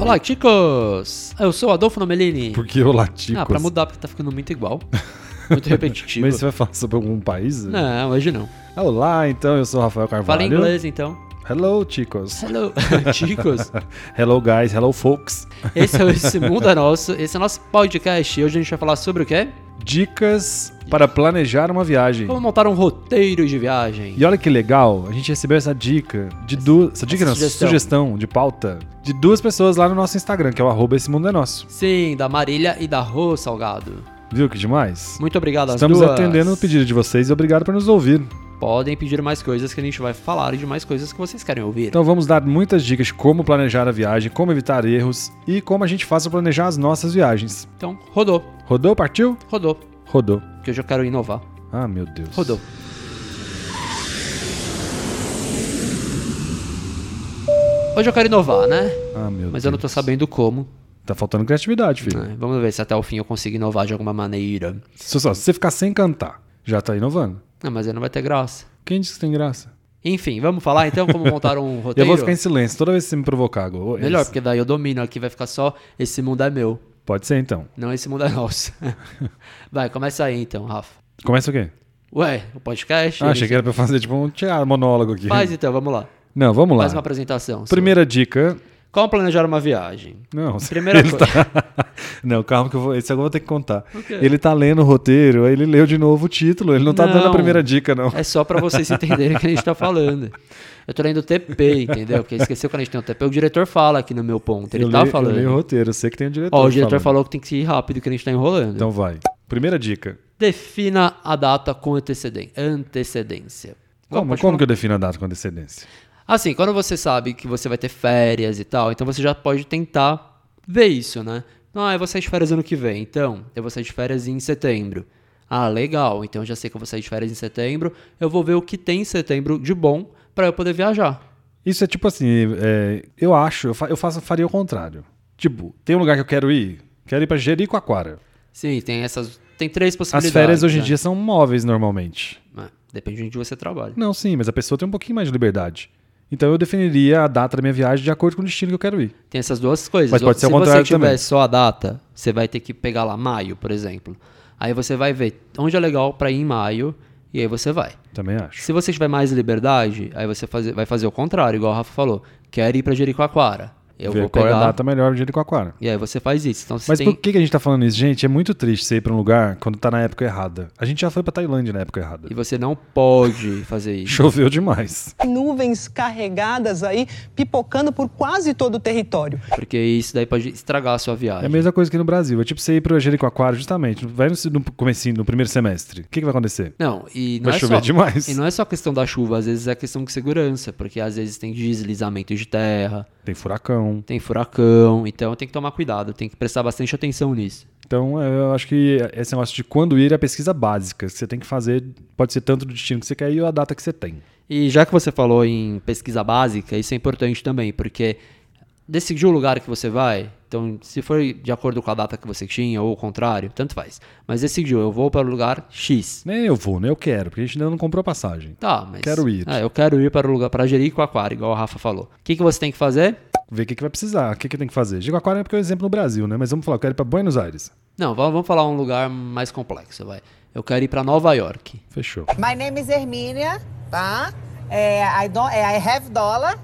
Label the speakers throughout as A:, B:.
A: Olá, chicos! Eu sou o Adolfo Nomelini.
B: Porque eu latico. assim.
A: Ah, pra mudar, porque tá ficando muito igual. Muito repetitivo.
B: Mas você vai falar sobre algum país?
A: Não, hoje não.
B: Olá, então, eu sou o Rafael
A: Fala em
B: Carvalho.
A: inglês, então.
B: Hello, chicos.
A: Hello, chicos.
B: Hello, guys. Hello, folks.
A: Esse é o Esse Mundo é Nosso. Esse é o nosso podcast. E hoje a gente vai falar sobre o quê?
B: Dicas para planejar uma viagem.
A: Como montar um roteiro de viagem.
B: E olha que legal, a gente recebeu essa dica de duas. Essa dica
A: essa
B: não,
A: sugestão.
B: sugestão. de pauta de duas pessoas lá no nosso Instagram, que é o arroba esse mundo é nosso.
A: Sim, da Marília e da Rô Salgado.
B: Viu que demais?
A: Muito obrigado às
B: Estamos
A: duas.
B: atendendo o pedido de vocês e obrigado por nos ouvir.
A: Podem pedir mais coisas que a gente vai falar e de mais coisas que vocês querem ouvir.
B: Então vamos dar muitas dicas de como planejar a viagem, como evitar erros e como a gente faz para planejar as nossas viagens.
A: Então, rodou,
B: Rodou, partiu?
A: rodou.
B: Rodou.
A: Que hoje eu quero inovar.
B: Ah, meu Deus.
A: Rodou. Hoje eu quero inovar, né?
B: Ah, meu
A: Mas
B: Deus.
A: eu não tô sabendo como.
B: Tá faltando criatividade, filho.
A: né? Vamos ver se até o fim eu consigo inovar de alguma maneira.
B: Só, só, se você ficar sem cantar, já tá inovando.
A: Não, mas aí não vai ter graça.
B: Quem disse que tem graça?
A: Enfim, vamos falar então como montar um
B: Eu
A: roteiro?
B: vou ficar em silêncio toda vez que você me provocar, Gô.
A: Melhor, porque daí eu domino aqui, vai ficar só esse mundo é meu,
B: Pode ser então.
A: não esse mundo é nosso. vai, começa aí então, Rafa.
B: Começa o quê?
A: Ué, o podcast?
B: Ah, achei que era pra eu fazer tipo um teatro, monólogo aqui.
A: Faz então, vamos lá.
B: Não, vamos lá.
A: Faz uma apresentação. sua.
B: Primeira dica.
A: Como planejar uma viagem?
B: Não,
A: Primeira
B: ele
A: coisa.
B: tá- Não, calma que eu vou. Esse agora eu vou ter que contar.
A: quê?
B: Ele tá lendo o roteiro, aí ele leu de novo o título. Ele não tá dando
A: Não.
B: a primeira dica, não.
A: É só pra vocês entenderem o que a gente tá falando. Eu tô lendo o TP, entendeu? Porque esqueceu que a gente tem o TP. O diretor fala aqui no meu ponto. Ele
B: eu
A: tá
B: leio-
A: falando.
B: Eu leio o roteiro, eu sei que tem o diretor.
A: Ó, o diretor
B: falando.
A: falou que tem que ir rápido, que a gente tá enrolando.
B: Então vai. Primeira dica.
A: Defina a data com anteceden- antecedência.
B: Como,
A: Pode
B: como
A: falar.
B: que eu defino a data com antecedência?
A: Assim, quando você sabe que você vai ter férias e tal, então você já pode tentar ver isso, né? Ah, eu vou sair de férias ano que vem. Então, eu vou sair de férias em setembro. Ah, legal. Então eu já sei que eu vou sair de férias em setembro. Eu vou ver o que tem em setembro de bom pra eu poder viajar.
B: Isso é tipo assim, é, eu acho, eu, fa- eu faço, faria o contrário. Tipo, tem um lugar que eu quero ir, quero ir pra Jericoacoara.
A: Sim, tem essas. Tem três
B: As
A: possibilidades.
B: férias hoje em
A: né?
B: dia são móveis normalmente.
A: Ah, Depende de onde você trabalha.
B: Não, sim, mas a pessoa tem um pouquinho mais de liberdade. Então eu definiria a data da minha viagem de acordo com o destino que eu quero ir.
A: Tem essas duas coisas.
B: Mas
A: Ou-
B: pode
A: Se
B: ser o
A: você
B: contrário
A: tiver
B: também.
A: só a data, você vai ter que pegar lá maio, por exemplo. Aí você vai ver onde é legal pra ir em maio e aí você vai.
B: Também acho.
A: Se você tiver mais liberdade, aí você fazer- vai fazer o contrário, igual o Rafa falou. Quer ir pra Jericoacoara. Eu
B: Ver
A: vou
B: qual
A: pegar.
B: é a data melhor de Jericoacoara.
A: E aí você faz isso. Então você
B: Mas
A: tem.
B: por que, que a gente tá falando isso? Gente, é muito triste você ir pra um lugar quando tá na época errada. A gente já foi pra Tailândia na época errada.
A: E você não pode fazer isso.
B: Choveu demais.
C: nuvens carregadas aí pipocando por quase todo o território.
A: Porque isso daí pode estragar a sua
B: É a
A: viagem.
B: mesma coisa que no Brasil. É tipo você ir pro Jericoacoara, justamente. Vai no, no comecinho, no primeiro semestre. O que, que vai acontecer?
A: Não, e não
B: Vai
A: é
B: chover
A: só,
B: demais.
A: E não é só questão da chuva, às vezes é questão de segurança, porque às vezes tem deslizamento de terra,
B: Tem furacão.
A: tem furacão, então tem que tomar cuidado, tem que prestar bastante atenção nisso.
B: Então, é, eu acho que esse negócio de quando ir é a pesquisa básica. que Você tem que fazer, pode ser tanto do destino que você quer e a data que você tem.
A: E já que você falou em pesquisa básica, isso é importante também, porque decidir o lugar que você vai, então se for de acordo com a data que você tinha ou o contrário, tanto faz. Mas decidiu, eu vou para o lugar X.
B: Nem eu vou, nem eu quero, porque a gente ainda não comprou a passagem.
A: Tá, mas
B: Quero ir.
A: É, eu quero ir para o lugar para Jericoacoara, igual o Rafa falou. O que, que você tem que fazer?
B: Ver o que, que vai precisar, o que, que tem que fazer. Digo aquário é porque é um exemplo no Brasil, né? Mas vamos falar, eu quero ir pra Buenos Aires.
A: Não, vamos, vamos falar um lugar mais complexo, vai. Eu quero ir para Nova York.
B: Fechou.
D: My name is Hermínia, tá? É, I, don't, é, I have dollar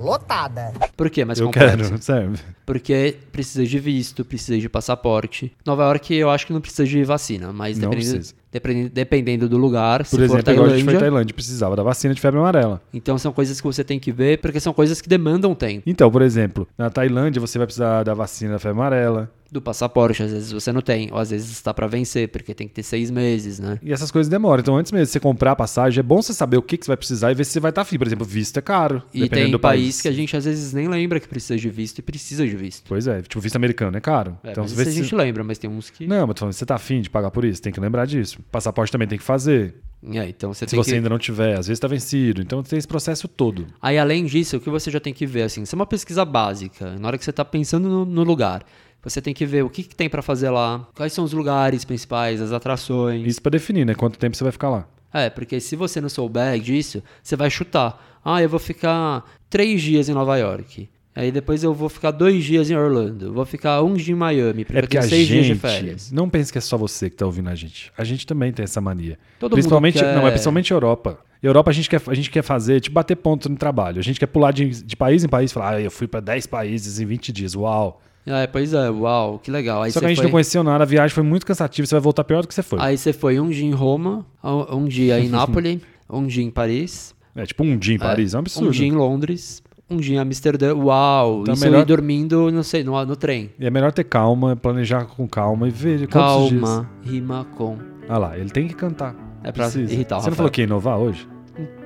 D: lotada.
A: Por quê? Mais
B: eu
A: complexo.
B: quero, serve.
A: Porque precisa de visto, precisa de passaporte. Nova York eu acho que não precisa de vacina, mas
B: Não
A: dependendo,
B: precisa.
A: dependendo, dependendo do lugar,
B: Por
A: se
B: exemplo,
A: for
B: agora a gente foi à
A: Tailândia.
B: Tailândia, precisava da vacina de febre amarela.
A: Então são coisas que você tem que ver, porque são coisas que demandam tempo.
B: Então, por exemplo, na Tailândia você vai precisar da vacina da febre amarela.
A: Do passaporte, às vezes você não tem, ou às vezes está pra vencer, porque tem que ter seis meses, né?
B: E essas coisas demoram. Então, antes mesmo de você comprar a passagem, é bom você saber o que, que você vai precisar e ver se você vai estar afim. Por exemplo, visto é caro.
A: E
B: dependendo
A: tem
B: do
A: país
B: país.
A: que a gente às vezes nem lembra que precisa de visto e precisa de visto.
B: Pois é, tipo, visto americano é caro.
A: É,
B: então,
A: mas
B: você
A: isso
B: vê
A: a
B: se...
A: gente lembra, mas tem uns que.
B: Não, mas tô falando, você tá afim de pagar por isso, tem que lembrar disso. Passaporte também tem que fazer.
A: É, então você
B: Se
A: tem
B: você
A: que...
B: ainda não tiver, às vezes tá vencido. Então tem esse processo todo.
A: Aí, além disso, o que você já tem que ver, assim, isso é uma pesquisa básica. Na hora que você está pensando no, no lugar, você tem que ver o que, que tem para fazer lá, quais são os lugares principais, as atrações.
B: Isso pra definir, né? Quanto tempo você vai ficar lá.
A: É, porque se você não souber disso, você vai chutar. Ah, eu vou ficar três dias em Nova York. Aí depois eu vou ficar dois dias em Orlando. Vou ficar um dia em Miami, porque
B: É
A: eu
B: porque
A: tenho
B: a
A: seis dias de
B: gente.
A: férias.
B: Não pense que é só você que tá ouvindo a gente. A gente também tem essa mania.
A: Todo mundo
B: principalmente,
A: quer.
B: não, é principalmente Europa. Europa a gente quer, a gente quer fazer, tipo, bater ponto no trabalho. A gente quer pular de, de país em país, falar, ah, eu fui para 10 países em 20 dias. Uau.
A: É, pois é, uau, que legal. Aí
B: Só
A: você
B: que a gente
A: foi-
B: não conheceu nada, a viagem foi muito cansativa, você vai voltar pior do que você foi.
A: Aí você foi um dia em Roma, um um dia em Nápoles, um dia em Paris,
B: É tipo um dia em Paris, é, um absurdo.
A: um dia em Londres, um dia em Amsterdã. Uau,
B: Então é
A: isso eu
B: melhor-
A: ir dormindo, não sei, no, no trem.
B: E é melhor ter calma, planejar com calma e ver quantos dias.
A: Calma, rima com.
B: Ah lá, ele tem que cantar.
A: É pra
B: Precisa.
A: irritar o
B: Você não
A: Rafael.
B: falou que ia inovar hoje?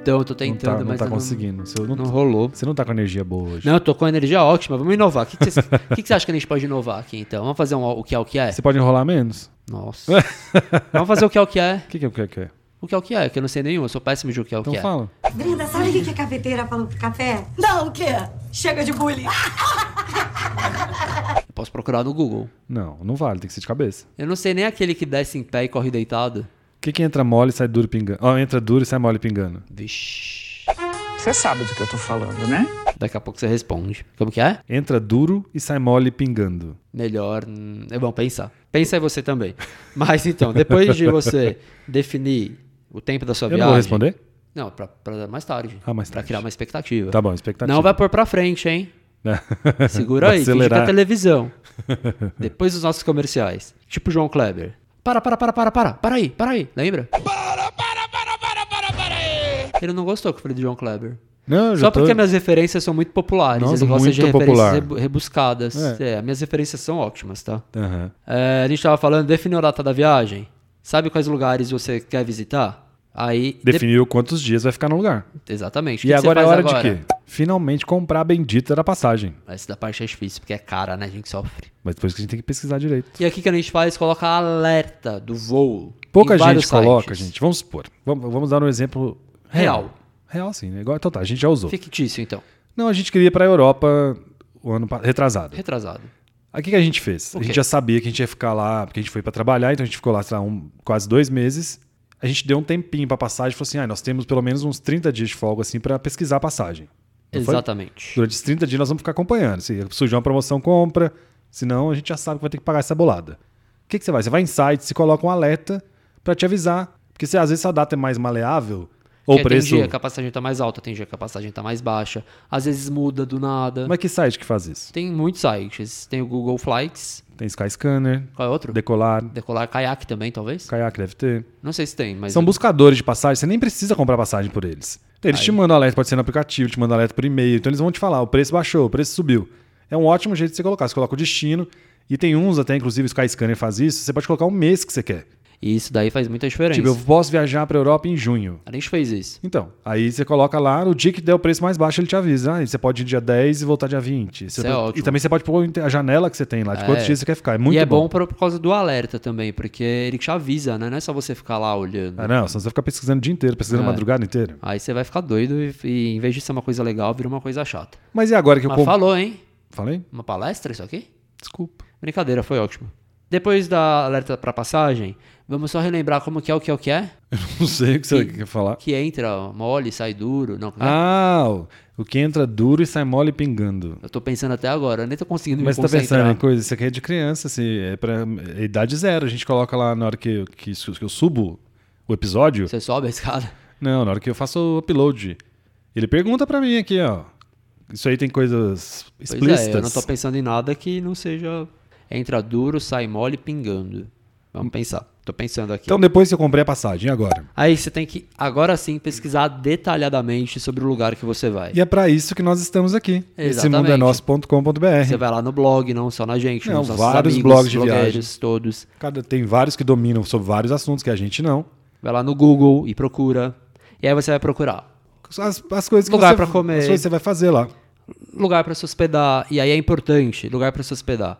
A: Então, eu tô
B: não tá,
A: tentando,
B: não
A: mas
B: tá
A: eu
B: conseguindo. Você não,
A: não, rolou.
B: você não tá com energia boa hoje.
A: Não, eu tô com energia ótima, vamos inovar. O que, que, vocês- o que que você acha que a gente pode inovar aqui, então? Vamos fazer um o que é o que é?
B: Você pode enrolar menos?
A: Nossa. vamos fazer o que é o que é?
B: O que, que é o que é? que é?
A: O que é o que é? Que eu não sei nenhum, eu sou péssimo de o que é o
B: Então
A: que é.
B: fala.
E: Brenda, sabe o que que a cafeteira falou pro café? Não, o quê? Chega de bullying.
A: Eu posso procurar no Google.
B: Não, não vale, tem que ser de cabeça.
A: Eu não sei nem aquele que desce em pé e corre deitado.
B: O que, que entra mole e sai duro pingando? Ó, entra duro e sai mole pingando.
A: Vixe.
F: Você sabe do que eu tô falando, né?
A: Daqui a pouco você responde. Como que é?
B: Entra duro e sai mole pingando.
A: Melhor. hum, É bom pensar. Pensa aí você também. Mas então, depois de você definir o tempo da sua
B: Eu
A: viagem.
B: não vou responder?
A: Não, pra, pra mais tarde.
B: Ah, mais
A: Pra
B: tarde.
A: criar uma expectativa.
B: Tá bom, expectativa.
A: Não vai pôr pra frente, hein?
B: Né?
A: Segura
B: Vai
A: aí, finge que é
B: acelerar.
A: televisão. Depois dos nossos comerciais. Tipo João Kleber. Para, para, para, para, para. Para aí, para aí. Lembra? Para, para, para, para, para, para aí. Ele não gostou que eu falei de João Kleber.
B: Não, eu já
A: Só
B: tô-
A: porque minhas referências são muito populares.
B: Nossa,
A: Eles gostam de
B: muito
A: referências
B: popular.
A: rebu- rebuscadas.
B: É.
A: É. minhas referências são ótimas, tá?
B: Aham.
A: É, a gente tava falando, definiu a data da viagem. Sabe quais lugares você quer visitar? Aí. de-
B: Definiu quantos dias vai ficar no lugar.
A: Exatamente. O que que
B: E agora é
A: você
B: hora
A: faz agora?
B: de quê? Finalmente comprar a bendita da passagem.
A: Essa da parte é difícil, porque é cara, né? A gente sofre.
B: Mas depois que a gente tem que pesquisar direito.
A: E aqui que a gente faz, coloca alerta do voo.
B: Pouca
A: em vários
B: gente coloca,
A: sites.
B: gente. Vamos supor. Vamos, vamos dar um exemplo real.
A: Real.
B: Real, sim. Né? Igual- Então tá, a gente já usou.
A: Fictício, então.
B: Não, a gente queria ir pra Europa o ano pa- retrasado.
A: Retrasado.
B: Aí O que, que a gente fez?
A: O
B: A gente
A: quê?
B: já sabia que a gente ia ficar lá, porque a gente foi pra trabalhar, então a gente ficou lá, sei lá, um, quase dois meses. A gente deu um tempinho pra passagem e falou assim: ah, nós temos pelo menos uns 30 dias de folga assim pra pesquisar a passagem. Não foi?
A: Exatamente.
B: Durante esses 30 dias nós vamos ficar acompanhando. Se surgir uma promoção, compra. Senão a gente já sabe que vai ter que pagar essa bolada. O que, que você vai? Você vai em sites, se coloca um alerta pra te avisar. Porque se, às vezes essa data é mais maleável, ou o
A: Porque
B: preço.
A: Tem dia que a passagem tá mais alta, tem dia que a passagem tá mais baixa. Às vezes muda do nada.
B: Mas é que site que faz isso?
A: Tem muitos sites. Tem o Google Flights.
B: Tem Skyscanner,
A: Qual é outro?
B: Decolar,
A: Decolar Kayak também, talvez?
B: Kayak deve ter.
A: Não sei se tem, mas.
B: São buscadores de passagem, você nem precisa comprar passagem por eles. Eles te mandam alerta, pode ser no aplicativo, te mandam alerta por e-mail, então eles vão te falar, o preço baixou, o preço subiu. É um ótimo jeito de você colocar, você coloca o destino, e tem uns até, inclusive o Skyscanner faz isso, você pode colocar o mês que você quer.
A: E isso daí faz muita diferença.
B: Tipo, eu posso viajar para Europa em junho.
A: A gente fez isso.
B: Então, aí você coloca lá, no dia que der o preço mais baixo, ele te avisa. Ah, e você pode ir dia 10 e voltar dia 20. Você
A: Isso é
B: pode-
A: ótimo.
B: E também você pode pôr a janela que você tem lá, de quantos
A: É.
B: dias você quer ficar. É muito
A: e é bom, por, por causa do alerta também, porque ele te avisa, né? Não é só você ficar lá olhando.
B: Ah, não, senão você vai ficar pesquisando o dia inteiro, pesquisando a
A: É.
B: madrugada inteira.
A: Aí você vai ficar doido e, e em vez de ser uma coisa legal, vira uma coisa chata.
B: Mas e agora que eu
A: Mas
B: comp-
A: falou, hein?
B: Falei?
A: Uma palestra isso aqui?
B: Desculpa.
A: Brincadeira, foi ótimo. Depois da alerta pra passagem, vamos só relembrar como que é o que é o que é?
B: Não sei o que você
A: Que-
B: quer falar.
A: Que entra mole, sai duro. Não, como é?
B: Ah, o- o que entra duro e sai mole pingando.
A: Eu tô pensando até agora, eu nem tô conseguindo
B: Mas
A: me
B: você tá pensando
A: concentrar.
B: em coisa, isso aqui é de criança, assim, é pra é idade zero. A gente coloca lá na hora que, eu- que, isso- que eu subo o episódio.
A: Você sobe a escada.
B: Não, na hora que eu faço o upload. Ele pergunta pra mim aqui, ó. Isso aí tem coisas
A: Pois é, eu não
B: explícitas.
A: tô pensando em nada que não seja. Entra duro, sai mole pingando. Vamos pensar. Tô pensando aqui.
B: então depois que eu comprei a passagem, e agora?
A: Aí você tem que, agora sim, pesquisar detalhadamente sobre o lugar que você vai.
B: E é pra isso que nós estamos aqui. Esse
A: Exatamente.
B: mundo é nosso.com.br.
A: Você vai lá no blog, não só na gente,
B: Não,
A: nos nossos
B: vários
A: amigos,
B: blogs de
A: blogueiros,
B: viagem.
A: todos.
B: Cada- tem vários que dominam sobre vários assuntos que a gente não.
A: Vai lá no Google e procura. E aí você vai procurar
B: As, as coisas que
A: Lugar
B: você,
A: pra comer.
B: as coisas que você vai fazer lá.
A: lugar pra se hospedar. E aí é importante, lugar pra se hospedar.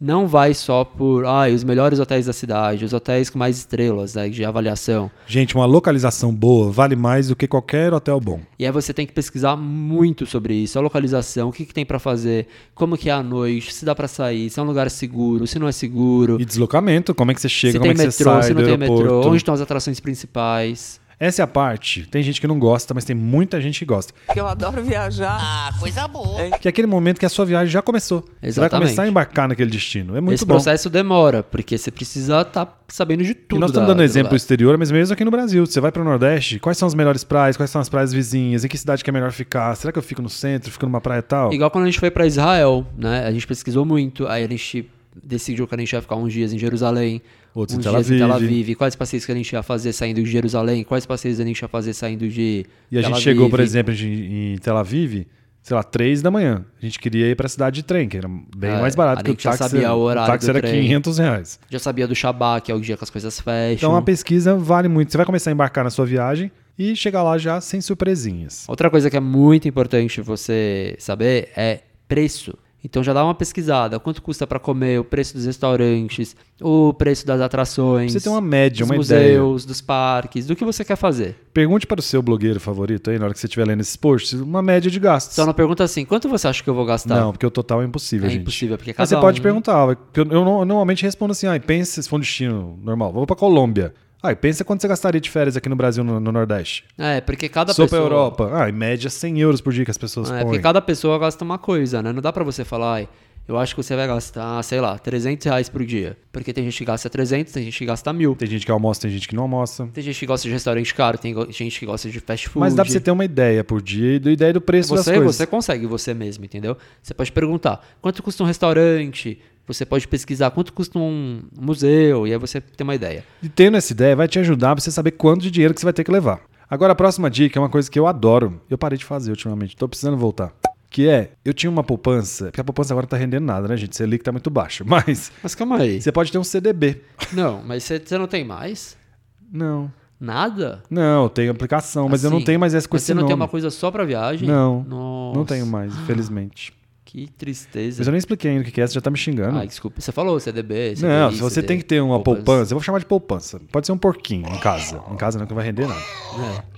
A: Não vai só por, ai, os melhores hotéis da cidade, os hotéis com mais estrelas né, de avaliação.
B: Gente, uma localização boa vale mais do que qualquer hotel bom.
A: E aí você tem que pesquisar muito sobre isso, a localização, o que, que tem pra fazer, como que é a noite, se dá pra sair, se é um lugar seguro, se não é seguro.
B: E deslocamento, como é que você chega,
A: se tem
B: como é que
A: metrô, tá-
B: você sai
A: se não
B: do
A: tem
B: aeroporto.
A: metrô, onde estão as atrações principais.
B: Essa é a parte. Tem gente que não gosta, mas tem muita gente que gosta.
G: Porque eu adoro viajar.
D: Ah, coisa boa.
B: Que é aquele momento que a sua viagem já começou. Você vai
A: Exatamente.
B: começar a embarcar naquele destino. É muito
A: Esse
B: bom.
A: processo demora, porque você precisa estar sabendo de tudo.
B: E nós
A: da-
B: estamos dando
A: do
B: exemplo
A: lugar.
B: exterior, mas mesmo aqui no Brasil. Você vai para o Nordeste, quais são as melhores praias? Quais são as praias vizinhas? Em que cidade que é melhor ficar? Será que eu fico no centro? Fico numa praia tal?
A: Igual quando a gente foi pra Israel, né? A gente pesquisou muito, aí a gente decidiu que a gente ia ficar uns dias em Jerusalém,
B: Outros em
A: uns
B: Tel
A: dias em Tel
B: Aviv.
A: Aviv, quais passeios que a gente ia fazer saindo de Jerusalém, quais passeios a gente ia fazer saindo de
B: E a
A: Tel
B: gente chegou,
A: Aviv.
B: por exemplo, em em Tel Aviv, sei lá, três da manhã. A gente queria ir para a cidade de trem, que era bem
A: É,
B: mais barato
A: a
B: que o
A: gente já
B: táxi.
A: sabia o horário
B: táxi
A: do
B: era
A: trem.
B: 500 reais.
A: Já sabia do Shabá, que é o dia que as coisas fecham.
B: Então a pesquisa vale muito. Você vai começar a embarcar na sua viagem e chegar lá já sem surpresinhas.
A: Outra coisa que é muito importante você saber é preço. Então já dá uma pesquisada, quanto custa pra comer, o preço dos restaurantes, o preço das atrações.
B: Pra você ter uma média,
A: dos
B: uma ideia.
A: museus, dos parques, do que você quer fazer.
B: Pergunte para o seu blogueiro favorito aí, na hora que você estiver lendo esses posts, uma média de gastos.
A: Só não pergunta assim, quanto você acha que eu vou gastar?
B: Não, porque o total é impossível,
A: É
B: gente.
A: impossível, porque
B: Mas você
A: cada
B: pode
A: um-
B: perguntar. vai, porque Eu, eu no- normalmente respondo assim, ah, pensa se for um destino normal, vou pra Colômbia. Ah, e pensa quanto você gastaria de férias aqui no Brasil, no, no Nordeste.
A: É, porque cada
B: Sou pra
A: pessoa.
B: Europa. Ah, em média 100 euros por dia que as pessoas
A: É, porque
B: põem.
A: cada pessoa gasta uma coisa, né? Não dá pra você falar, ai, eu acho que você vai gastar, sei lá, 300 reais por dia. Porque tem gente que gasta 300, tem gente que gasta mil.
B: Tem gente que almoça, tem gente que não almoça.
A: Tem gente que gosta de restaurante caro, tem go- gente que gosta de fast food.
B: Mas dá pra você ter uma ideia por dia e da ideia do preço das
A: Você,
B: coisas.
A: você consegue você mesmo, entendeu? Você pode perguntar quanto custa um restaurante, você pode pesquisar quanto custa um museu, e aí você tem uma ideia.
B: E tendo essa ideia vai te ajudar pra você saber quanto de dinheiro que você vai ter que levar. Agora a próxima dica é uma coisa que eu adoro. Eu parei de fazer ultimamente, tô precisando voltar. Que é, eu tinha uma poupança, porque a poupança agora não tá rendendo nada, né, gente? Selic tá muito baixo. Mas
A: Mas calma aí.
B: você pode ter um CDB.
A: Não, mas você, você não tem mais?
B: Não.
A: Nada?
B: Não, eu tenho aplicação, mas eu não
A: Assim,
B: tenho mais essa com
A: mas
B: esse
A: Você não tem
B: nome.
A: uma Ah. coisa só pra viagem?
B: Não.
A: Nossa.
B: Não tenho mais, infelizmente.
A: Que tristeza.
B: Mas eu nem expliquei ainda o que é, você já tá me xingando.
A: Ai, desculpa. Você falou CDB, CDI,
B: não, se você
A: CDI,
B: tem que ter uma poupança. eu vou chamar de poupança. Pode ser um porquinho em casa. Em casa não, que não vai render nada.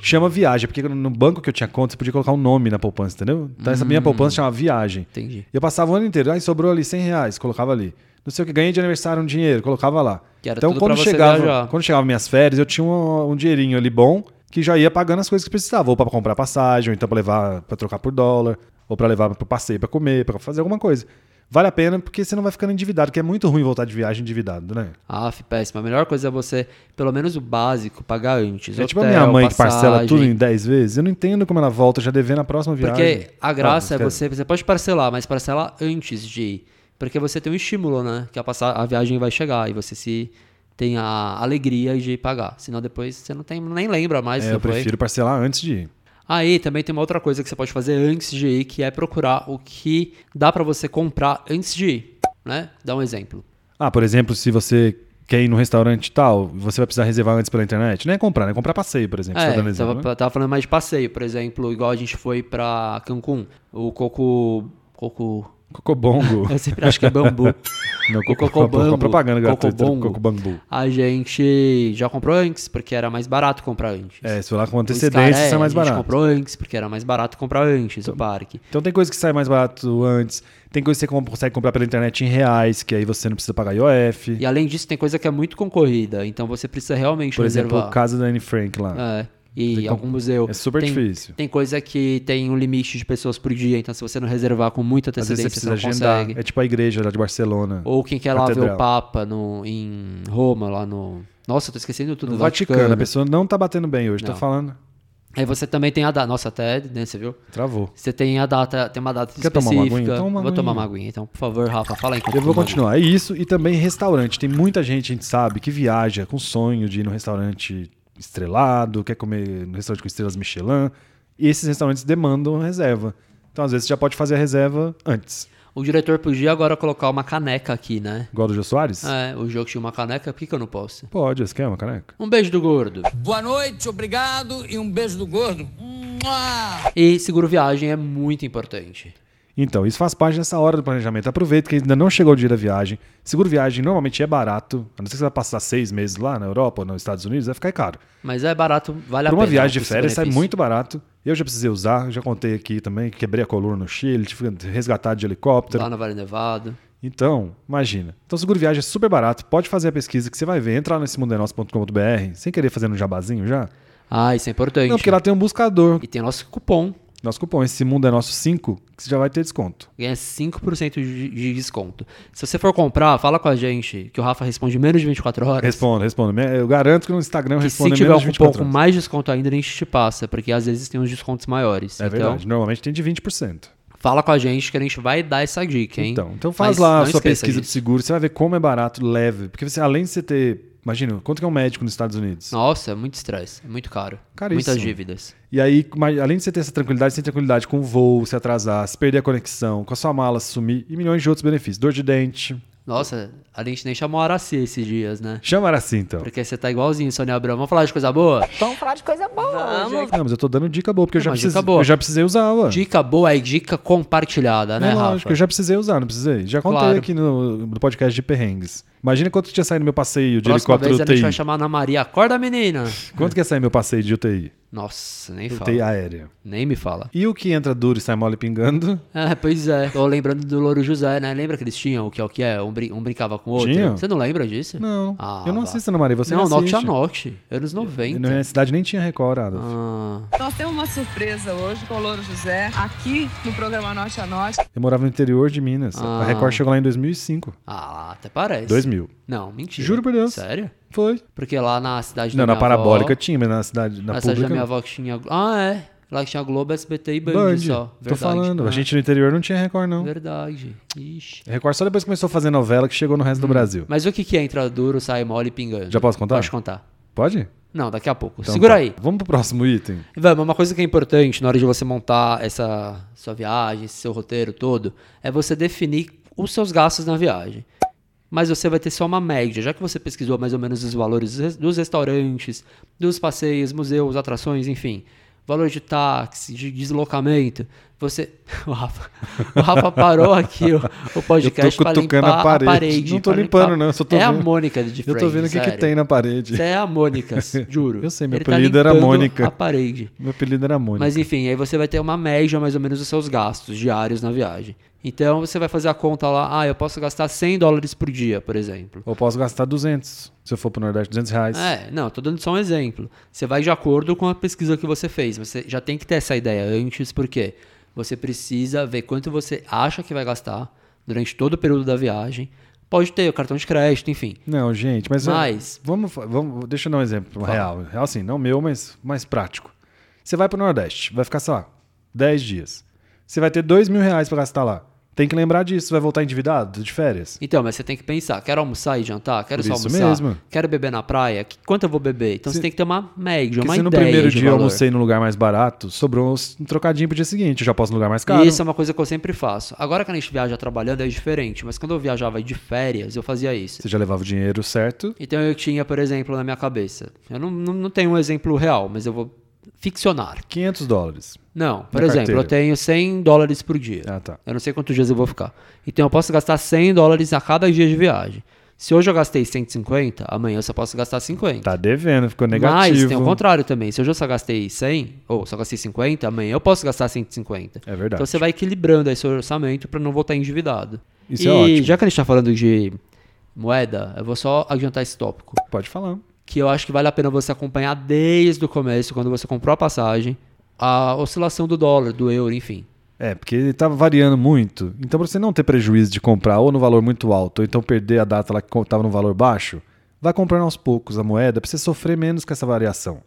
B: Chama viagem, porque no banco que eu tinha conta, você podia colocar um nome na poupança, entendeu? Então essa minha poupança chama viagem.
A: Entendi.
B: E eu passava o ano inteiro, aí sobrou ali 100 reais, colocava ali. Não sei o que, ganhei de aniversário um dinheiro, colocava lá.
A: Que era
B: então
A: tudo
B: quando
A: pra você
B: chegava,
A: viajar.
B: quando chegava minhas férias, eu tinha um, um dinheirinho ali bom que já ia pagando as coisas que precisava, ou pra comprar passagem, ou então pra levar pra trocar por dólar, ou pra levar pro passeio pra comer, pra fazer alguma coisa. Vale a pena porque você não vai ficando endividado, que é muito ruim voltar de viagem endividado, né?
A: Aff, péssima. A melhor coisa é você, pelo menos o básico, pagar antes.
B: é
A: hotel,
B: tipo a minha mãe que parcela
A: passagem.
B: tudo em 10 vezes. Eu não entendo como ela volta já devendo a próxima viagem.
A: Porque a graça é você, você pode parcelar, mas parcela antes de ir. Porque você tem um estímulo, né? Que a, passar, a viagem vai chegar e você se tem a alegria de pagar. Senão depois você não tem, nem lembra mais.
B: É,
A: se
B: eu
A: foi.
B: prefiro parcelar antes de ir.
A: Aí também tem uma outra coisa que você pode fazer antes de ir, que é procurar o que dá pra você comprar antes de ir, né? Dá um exemplo.
B: Ah, por exemplo, se você quer ir num restaurante tal, você vai precisar reservar antes pela internet. Não é comprar, né? É comprar passeio, por exemplo. Você tá
A: É,
B: dando
A: tava,
B: exemplo, né?
A: tava falando mais de passeio, por exemplo, igual a gente foi pra Cancún, o Coco... Coco...
B: Cocobongo.
A: Eu sempre acho que é bambu.
B: Não,
A: O
B: coco,
A: Cocobambu.
B: Uma propaganda gratuita. do
A: Cocobongo.
B: Cocobambu.
A: A gente já comprou antes, porque era mais barato comprar antes.
B: É, se for lá com
A: O
B: antecedência,
A: Scaré,
B: sai mais
A: A
B: barato.
A: é gente comprou antes, porque era mais barato comprar antes o parque.
B: Então tem coisa que sai mais barato antes, tem coisa que você com- consegue comprar pela internet em reais, que aí você não precisa pagar IOF.
A: E além disso, tem coisa que é muito concorrida, então você precisa realmente
B: por exemplo,
A: reservar.
B: o caso da Anne Frank lá.
A: É. E algum museu.
B: é super
A: tem,
B: difícil.
A: Tem coisa que tem um limite de pessoas por dia, então se você não reservar com muita
B: Às vezes
A: antecedência,
B: você
A: você,
B: precisa
A: não
B: agendar.
A: consegue.
B: É tipo a igreja lá de Barcelona.
A: Ou quem quer lá ver
B: Catedral.
A: o Papa no, em Roma, lá no. Nossa, eu tô esquecendo tudo.
B: no
A: do
B: Vaticano. A pessoa não tá batendo bem hoje, tá
A: Não.
B: falando.
A: Aí você também tem a data. Nossa, até, né, você viu?
B: Travou.
A: Você tem a data, tem uma data
B: Quer tomar uma
A: específica.
B: aguinha? Toma uma
A: Vou tomar
B: aguinha.
A: uma aguinha, então, por favor, Rafa, fala aí. enquanto
B: Eu vou
A: tomo uma
B: continuar. É isso e também restaurante. Tem muita gente, a gente sabe, que viaja com sonho de ir num restaurante estrelado, quer comer no restaurante com estrelas Michelin. E esses restaurantes demandam reserva. Então, às vezes, você já pode fazer a reserva antes.
A: aguinha. O diretor podia agora colocar uma caneca aqui, né?
B: Igual do Jô Soares?
A: É, o jogo tinha uma caneca, por que, que eu não posso?
B: Pode, você quer uma caneca?
A: Um beijo do gordo.
H: Boa noite, obrigado e um beijo do gordo.
A: E seguro viagem é muito importante.
B: Então, isso faz parte dessa hora do planejamento. Aproveita que ainda não chegou o dia da viagem. Seguro viagem normalmente é barato. A não ser que você vai passar seis meses lá na Europa ou nos Estados Unidos, vai ficar caro.
A: Mas é barato, vale a
B: Para
A: pena.
B: uma viagem de
A: custo
B: férias sai
A: benefício.
B: muito barato. Eu já precisei usar, já contei aqui também, que quebrei a coluna no Chile, tive que resgatar de helicóptero.
A: Lá no Vale Nevado.
B: Então, imagina. Então, seguro viagem é super barato. Pode fazer a pesquisa que você vai ver. Entra lá nesse mundenosso.com.br, sem querer fazer um jabazinho já.
A: Ah, isso é importante.
B: Não, porque lá tem um buscador.
A: E tem nosso cupom.
B: Nosso cupom, esse mundo é nosso 5, que você já vai ter desconto.
A: Ganha 5% de de desconto. Se você for comprar, fala com a gente, que o Rafa responde em menos de 24 horas.
B: Responda, responda. Eu garanto que no Instagram
A: Que se
B: responde
A: tiver
B: menos
A: um
B: de
A: cupom
B: 24
A: com
B: horas.
A: mais desconto ainda, a gente te passa, porque às vezes tem uns descontos maiores.
B: É
A: então,
B: verdade, normalmente tem de 20%.
A: fala com a gente que a gente vai dar essa dica, hein?
B: Então, então
A: Mas
B: faz lá a
A: não
B: sua
A: esqueça
B: pesquisa de
A: disso.
B: seguro, você vai ver como é barato, leve. Porque você, além de você ter. Imagina, quanto que é um médico nos Estados Unidos?
A: Nossa, é muito estresse, é muito caro.
B: Caríssimo.
A: Muitas dívidas.
B: E aí, mas além de você ter essa tranquilidade, você tem tranquilidade com o voo, se atrasar, se perder a conexão, com a sua mala se sumir e milhões de outros benefícios. Dor de dente.
A: Nossa, a gente nem chamou a Araci esses dias, né?
B: Chama assim, então.
A: Porque você tá igualzinho, Sônia Abrão. Vamos falar de coisa boa?
D: Vamos falar de coisa boa hoje.
B: Não, mas eu tô dando dica boa, porque eu
A: É
B: já,
A: uma dica
B: precisei,
A: boa.
B: eu já precisei usar, ué.
A: Dica boa é dica compartilhada, né,
B: é
A: Rafa?
B: lógico, eu já precisei usar, não precisei. Já contei
A: Claro.
B: aqui no, no podcast de perrengues. Imagina quanto tinha saído meu passeio de
A: Próxima vez a
B: helicóptero
A: gente vai
B: UTI.
A: chamar a Ana Maria. Acorda, menina!
B: Quanto que ia sair meu passeio de UTI?
A: Nossa, nem
B: UTI
A: fala.
B: aérea.
A: Nem me fala.
B: E o que entra duro e sai mole pingando?
A: É, pois é. Tô lembrando do Louro José, né? Lembra que eles tinham o que é o que é? Um, brin- um brincava com o outro?
B: Tinha?
A: Você não lembra disso?
B: Não.
A: Ah,
B: eu não
A: vá.
B: assisto, Ana Maria. Você é
A: não, é
B: não
A: Noct
B: assiste.
A: a Noct. Anos 90.
B: Na minha cidade nem tinha Record, Adolf.
A: Ah,
G: Nós temos uma surpresa hoje com o Louro José, aqui no programa Norte a Norte.
B: Eu morava no interior de Minas.
A: Ah.
B: A Record chegou lá em 2005.
A: ah, até parece.
B: 2000.
A: Não, mentira.
B: Juro por Deus.
A: Sério?
B: Foi.
A: Porque lá na cidade
B: Não,
A: da
B: na
A: minha avó-
B: parabólica tinha, mas na cidade, na
A: na cidade
B: pública.
A: da minha
B: não.
A: avó que tinha... Ah, é. Lá que tinha Globo, SBT e Band,
B: Band.
A: só. Verdade.
B: Tô falando.
A: Ah,
B: A gente no interior não tinha Record, não.
A: Verdade. Ixi.
B: Record só depois começou a fazer novela que chegou no resto do Brasil.
A: Mas o que que é entra duro, sai mole e pingando?
B: Já posso contar?
A: Pode contar.
B: Pode?
A: Não, daqui a pouco.
B: Então
A: Segura
B: tá.
A: aí.
B: Vamos pro próximo item.
A: Vamos, uma coisa que é importante na hora de você montar essa sua viagem, esse seu roteiro todo, é você definir os seus gastos na viagem. Mas você vai ter só uma média, já que você pesquisou mais ou menos os valores dos res- dos restaurantes, dos passeios, museus, atrações, enfim. Valor de táxi, de deslocamento. Você. O Rafa, o Rafa parou aqui o, o podcast
B: Eu tô
A: pra
B: cutucando
A: limpar
B: a
A: a
B: parede.
A: parede.
B: Não tô
A: pra
B: limpando,
A: limpar-
B: não, eu só tô
A: é a
B: vendo-
A: Mônica de
B: eu tô vendo o que, que
A: sério.
B: tem na parede.
A: Você é a Mônicas, juro.
B: Eu sei, meu
A: Ele tá
B: apelido era
A: limpando
B: Mônica.
A: A parede.
B: Meu apelido era Mônica.
A: Mas enfim, aí você vai ter uma média mais ou menos dos seus gastos diários na viagem. Então você vai fazer a conta lá, ah, eu posso gastar 100 dólares por dia, por exemplo.
B: Eu posso gastar 200. Se eu for pro Nordeste, 200 reais.
A: É, não, tô dando só um exemplo. Você vai de acordo com a pesquisa que você fez. Você já tem que ter essa ideia antes, porque você precisa ver quanto você acha que vai gastar durante todo o período da viagem. Pode ter o cartão de crédito, enfim.
B: Não, gente, mas, eu-
A: Mas-
B: vamos, fa- vamos, deixa eu dar um exemplo real. Real assim, não meu, mas mais prático. Você vai pro Nordeste, vai ficar, sei lá, 10 dias. Você vai ter 2 mil reais pra gastar lá. Tem que lembrar disso, vai voltar endividado de férias.
A: Então, mas você tem que pensar, quero almoçar e jantar? Quero
B: Por
A: só
B: isso
A: almoçar?
B: mesmo.
A: Quero beber na praia? Que- Quanto eu vou beber? Então
B: Se-
A: você tem que ter uma média,
B: Porque
A: uma
B: se
A: ideia
B: no primeiro
A: de
B: dia eu
A: valor.
B: almocei num lugar mais barato, sobrou um trocadinho pro dia seguinte, eu já posso num lugar mais caro.
A: E isso é uma coisa que eu sempre faço. Agora que a gente viaja trabalhando é diferente, mas quando eu viajava de férias, eu fazia isso.
B: Você já levava o dinheiro certo.
A: Então eu tinha, por exemplo, na minha cabeça. Eu não, não, não tenho um exemplo real, mas eu vou ficcionar.
B: 500 dólares.
A: Não, por
B: Na
A: exemplo,
B: carteira.
A: eu tenho 100 dólares por dia.
B: Ah, tá.
A: Eu não sei quantos dias eu vou ficar. Então eu posso gastar 100 dólares a cada dia de viagem. Se hoje eu gastei 150, amanhã eu só posso gastar 50.
B: Tá devendo, ficou negativo.
A: Mas tem um o contrário também. Se hoje eu só gastei 100, ou só gastei 50, amanhã eu posso gastar 150.
B: É verdade.
A: Então você vai equilibrando aí seu orçamento pra não voltar endividado.
B: Isso
A: e
B: é ótimo.
A: já que a gente tá falando de moeda, eu vou só adiantar esse tópico.
B: Pode falar.
A: Que eu acho que vale a pena você acompanhar desde o começo, quando você comprou a passagem, a oscilação do dólar, do euro, enfim.
B: É, porque ele tá variando muito. Então, pra você não ter prejuízo de comprar ou no valor muito alto, ou então perder a data lá que co- tava no valor baixo, vai comprando aos poucos a moeda pra você sofrer menos com essa variação.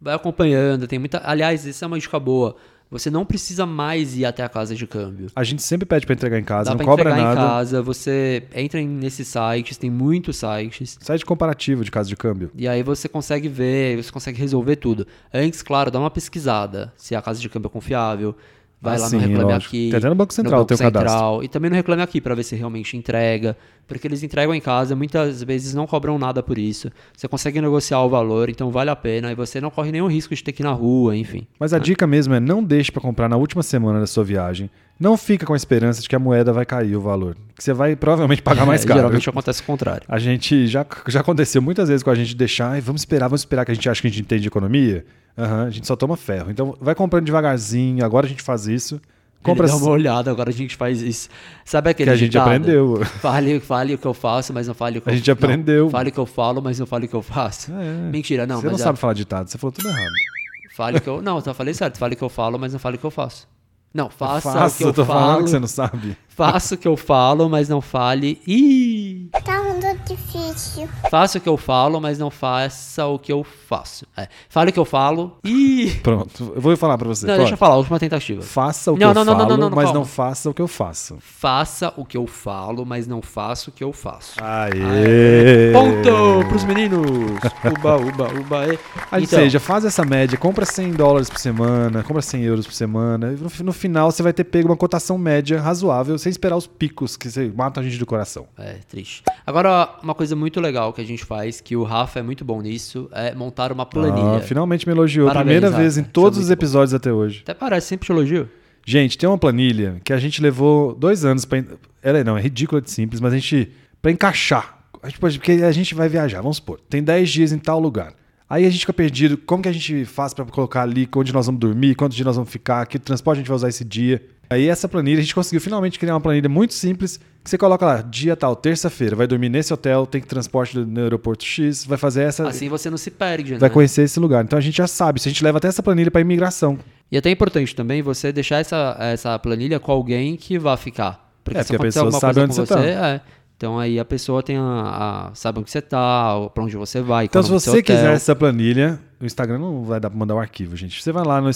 A: Vai acompanhando, tem muita. Aliás, isso é uma dica boa. Você não precisa mais ir até a casa de câmbio.
B: A gente sempre pede pra entregar em casa,
A: Dá
B: não
A: pra
B: cobra
A: entregar em
B: nada.
A: casa, você entra em- nesses sites, tem muitos sites.
B: Site comparativo de casa de câmbio.
A: E aí você consegue ver, você consegue resolver tudo. Antes, claro, dá uma pesquisada se a casa de câmbio é confiável. Vai
B: Ah,
A: lá
B: sim,
A: no Reclame
B: lógico.
A: Aqui.
B: Tem até no Banco Central,
A: Banco
B: tem o cadastro.
A: Central. E também no Reclame Aqui pra ver se realmente entrega. Porque eles entregam em casa, muitas vezes não cobram nada por isso. Você consegue negociar o valor, então vale a pena. E você não corre nenhum risco de ter que ir na rua, enfim.
B: Mas a dica mesmo é não deixe pra comprar na última semana da sua viagem. Não fica com a esperança de que a moeda vai cair o valor. Que você vai provavelmente pagar mais
A: É,
B: caro.
A: Geralmente acontece o contrário.
B: A gente já, já aconteceu muitas vezes com a gente deixar, "Ai, vamos esperar, vamos esperar que a gente acha que a gente entende de economia. Aham, a gente só toma ferro. Então vai comprando devagarzinho, agora a gente faz isso. Compra
A: Ele dá
B: s-
A: uma olhada, agora a gente faz isso. Sabe aquele
B: Que a gente
A: ditado?
B: aprendeu.
A: Fale, fale o que eu faço, mas não fale o que
B: A
A: eu
B: gente aprendeu.
A: Não, fale o que eu falo, mas não fale o que eu faço.
B: É.
A: Mentira, não.
B: Você não
A: mas é-
B: sabe falar ditado, você falou tudo errado.
A: Fale o que eu. Não, eu falei certo. Fale o que eu falo, mas não fale o que eu faço. Não, faça o
B: Faça,
A: que eu,
B: eu tô
A: falo.
B: falando que você não sabe.
A: Faça o que eu falo, mas não fale. Ih!
I: Tá muito difícil.
A: Faça o que eu falo, mas não faça o que eu faço. É. Fale o que eu falo. Ih!
B: Pronto, eu vou falar pra você.
A: Não,
B: Ó,
A: deixa eu falar, última tentativa.
B: Faça o que
A: Não,
B: eu
A: não, não, não,
B: falo,
A: não, não,
B: mas
A: calma.
B: não faça o que eu faço.
A: Faça o que eu falo, mas não faça o que eu faço.
B: Aê!
A: Ponto pros meninos! Uba, uba, uba. e-
B: Ou
A: Então,
B: seja, faz essa média, compra 100 dólares por semana, compra 100 euros por semana, e no, fi- no final você vai ter pego uma cotação média razoável, sem esperar os picos que você matam a gente do coração.
A: É, triste. Agora, uma coisa muito legal que a gente faz, que o Rafa é muito bom nisso, é montar uma planilha.
B: Ah, finalmente me elogiou,
A: Parabéns,
B: primeira
A: Rafa.
B: vez em
A: Isso é
B: todos
A: muito
B: os
A: bom.
B: episódios até hoje.
A: Até parece, sempre te elogio.
B: Gente, tem uma planilha que a gente levou dois anos pra. en- Ela é- não, é ridícula de simples, mas a gente. pra encaixar. A gente pode- Porque a gente vai viajar, vamos supor. Tem 10 dias em tal lugar. Aí a gente fica perdido. Como que a gente faz pra colocar ali onde nós vamos dormir, quantos dias nós vamos ficar, que transporte a gente vai usar esse dia. Aí essa planilha, a gente conseguiu finalmente criar uma planilha muito simples que você coloca lá, dia tal, terça-feira, vai dormir nesse hotel, tem que transporte no aeroporto X, vai fazer essa.
A: Assim você não se perde,
B: vai
A: né?
B: conhecer esse lugar. Então a gente já sabe. Se a gente leva até essa planilha pra imigração.
A: E até é importante também você deixar essa, essa planilha com alguém que vá ficar. Porque
B: É,
A: se
B: porque a
A: acontecer
B: pessoa
A: alguma
B: sabe
A: coisa
B: onde
A: com
B: você tá.
A: é. Então aí a pessoa tem a, a- sabe onde você tá, o- pra onde você vai.
B: Então,
A: qual
B: se
A: é o nome do seu
B: você
A: hotel.
B: quiser essa planilha, o Instagram não vai dar pra mandar o arquivo, gente. Você vai lá no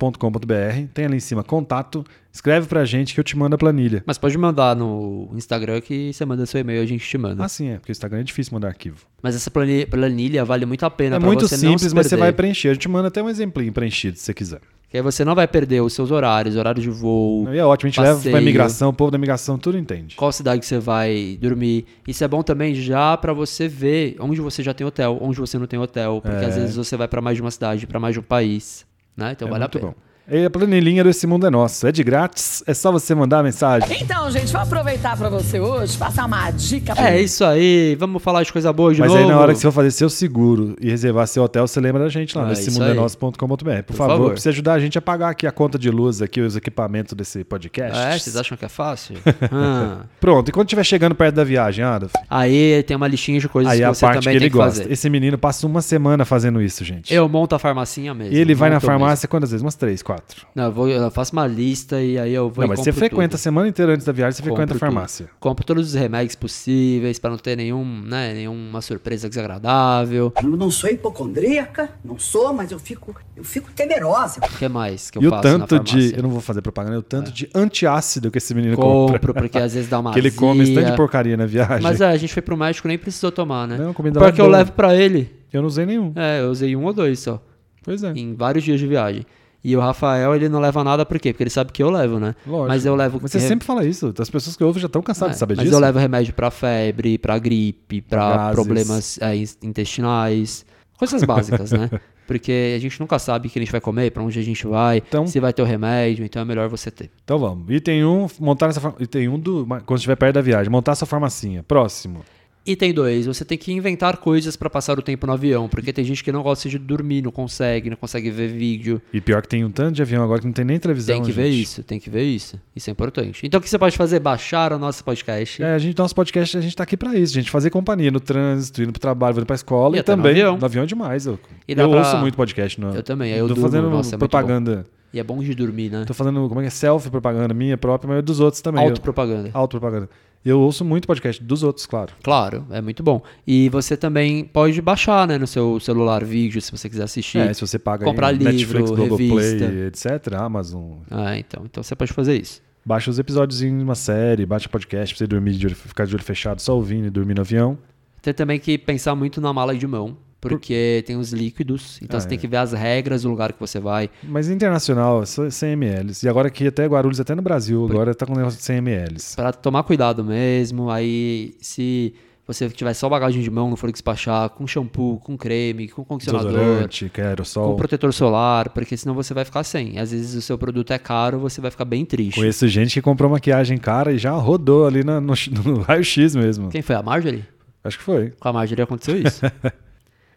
B: essemundenosso.com.br, tem ali em cima contato, escreve pra gente que eu te mando a planilha.
A: Mas pode mandar no Instagram que você manda seu e-mail e a gente te manda.
B: Ah, sim, é, porque o Instagram é difícil mandar arquivo.
A: Mas essa planilha, planilha vale muito a pena
B: é
A: pra
B: muito
A: você não
B: simples,
A: se
B: mas você
A: perder.
B: vai preencher. A gente manda até um exemplinho preenchido, se você quiser.
A: Que aí você não vai perder os seus horários, horário de voo.
B: E é ótimo, a gente leva pra
A: passeio.
B: imigração, o povo da imigração tudo entende.
A: qual cidade que você vai dormir. Isso é bom também já pra você ver onde você já tem hotel, onde você não tem hotel, porque às vezes você vai pra mais de uma cidade, pra mais de um país, né? Então
B: é
A: vale a
B: muito
A: pena.
B: bom. E a planilhinha do Esse Mundo é Nosso. É de grátis, é só você mandar a mensagem.
J: Então, gente, vou aproveitar pra você hoje, passar uma dica.
A: É isso aí, vamos falar de coisa boa de
B: Mas
A: novo.
B: aí na hora que você for fazer seu seguro e reservar seu hotel, você lembra da gente lá
A: Ah,
B: né? no
A: isso aí.
B: essemundenosso.com.br. Por,
A: Por
B: favor,
A: favor.
B: pra você ajudar a gente a pagar aqui a conta de luz, aqui os equipamentos desse podcast.
A: É, vocês acham que é fácil? Ah.
B: Pronto, e quando estiver chegando perto da viagem, Adolf,
A: Aí tem uma listinha de coisas
B: aí é
A: que
B: a
A: você
B: parte que
A: também
B: ele
A: tem que
B: gosta.
A: fazer.
B: Esse menino passa uma semana fazendo isso, gente.
A: Eu monto a farmacinha mesmo.
B: Ele vai na
A: monto
B: farmácia quantas vezes? Umas três, quatro.
A: mesmo. Não, eu, vou- eu faço uma lista e aí eu vou e
B: Não, mas você
A: compro
B: frequenta
A: tudo.
B: a semana inteira antes da viagem, você frequenta a
A: Compro tudo.
B: farmácia.
A: Compro todos os remédios possíveis pra não ter nenhum, né, nenhuma surpresa desagradável.
J: Eu não sou hipocondríaca, não sou, mas eu fico, eu fico temerosa.
A: O que mais que eu
B: E o
A: faço
B: tanto
A: na farmácia? É.
B: de. Eu não vou fazer propaganda, o tanto de antiácido que esse menino compra.
A: compro, porque às vezes dá uma
B: Que ele come esse tanto de
A: azia.
B: porcaria na viagem.
A: Mas é, a gente foi pro médico nem precisou tomar, né?
B: Não, a comida lá é
A: Porque eu
B: boa.
A: levo pra ele.
B: Eu não usei nenhum.
A: É, eu usei um ou dois só.
B: Pois é.
A: Em vários dias de viagem. E o Rafael, ele não leva nada, por quê? Porque ele sabe que eu levo, né?
B: Lógico.
A: Mas eu levo.
B: Mas você
A: re-
B: sempre fala isso. As pessoas que ouvem já estão cansadas de
A: É,
B: saber
A: mas
B: disso.
A: eu levo remédio pra febre, pra gripe, pra
B: Gases.
A: problemas é, in- intestinais. Coisas básicas, né? Porque a gente nunca sabe o que a gente vai comer, pra onde a gente vai,
B: Então-
A: se vai ter o remédio, então é melhor você ter.
B: Então vamos. Item 1, montar essa farm... Item 1 do. Quando estiver perto da viagem, montar sua farmacinha. Próximo.
A: Item 2, você tem que inventar coisas pra passar o tempo no avião, porque tem gente que não gosta de dormir, não consegue, não consegue ver vídeo.
B: E pior que tem um tanto de avião agora que não tem nem televisão.
A: Tem que ver
B: gente.
A: isso, tem que ver isso. Isso é importante. Então o que você pode fazer? Baixar o nosso podcast.
B: É, a gente, nosso podcast, a gente tá aqui pra isso, gente. Fazer companhia no trânsito, indo pro trabalho, indo pra escola
A: E
B: e,
A: até no
B: também.
A: avião.
B: é demais. Eu,
A: E dá
B: eu
A: pra-
B: ouço muito podcast. No...
A: Eu também, aí eu
B: Tô
A: durmo,
B: fazendo
A: nossa, é muito
B: propaganda.
A: E é bom de dormir, né?
B: Tô fazendo, como é que é? Self-propaganda minha própria, mas dos outros também. Eu-
A: Autopropaganda.
B: Autopropaganda. Eu ouço muito podcast dos outros, claro.
A: Claro, é muito bom. E você também pode baixar, né, no seu celular vídeo, se você quiser assistir.
B: É, se você paga
A: comprar
B: aí,
A: livro,
B: Netflix, Globoplay,
A: revista.
B: etc, Amazon.
A: Ah, então. Então você pode fazer isso.
B: Baixa os episódios em uma série, baixa podcast pra você dormir de olho, ficar de olho fechado só ouvindo e dormir no avião.
A: Tem também que pensar muito na mala de mão, porque tem os líquidos, então
B: Ah,
A: você tem
B: é.
A: que ver as regras do lugar que você vai.
B: Mas internacional, é só 100 ml. E agora aqui até Guarulhos, até no Brasil, agora tá com um negócio de 100 ml.
A: Pra tomar cuidado mesmo. Aí, se você tiver só bagagem de mão, não for despachar, com shampoo, com creme, com condicionador,
B: Desodorante,
A: com
B: querosol.
A: protetor solar, porque senão você vai ficar sem. Às vezes o seu produto é caro, você vai ficar bem triste.
B: Conheço gente que comprou maquiagem cara e já rodou ali na- no, no raio-x mesmo.
A: Quem foi? A Marjorie?
B: Acho que foi.
A: Com a Marjorie aconteceu isso.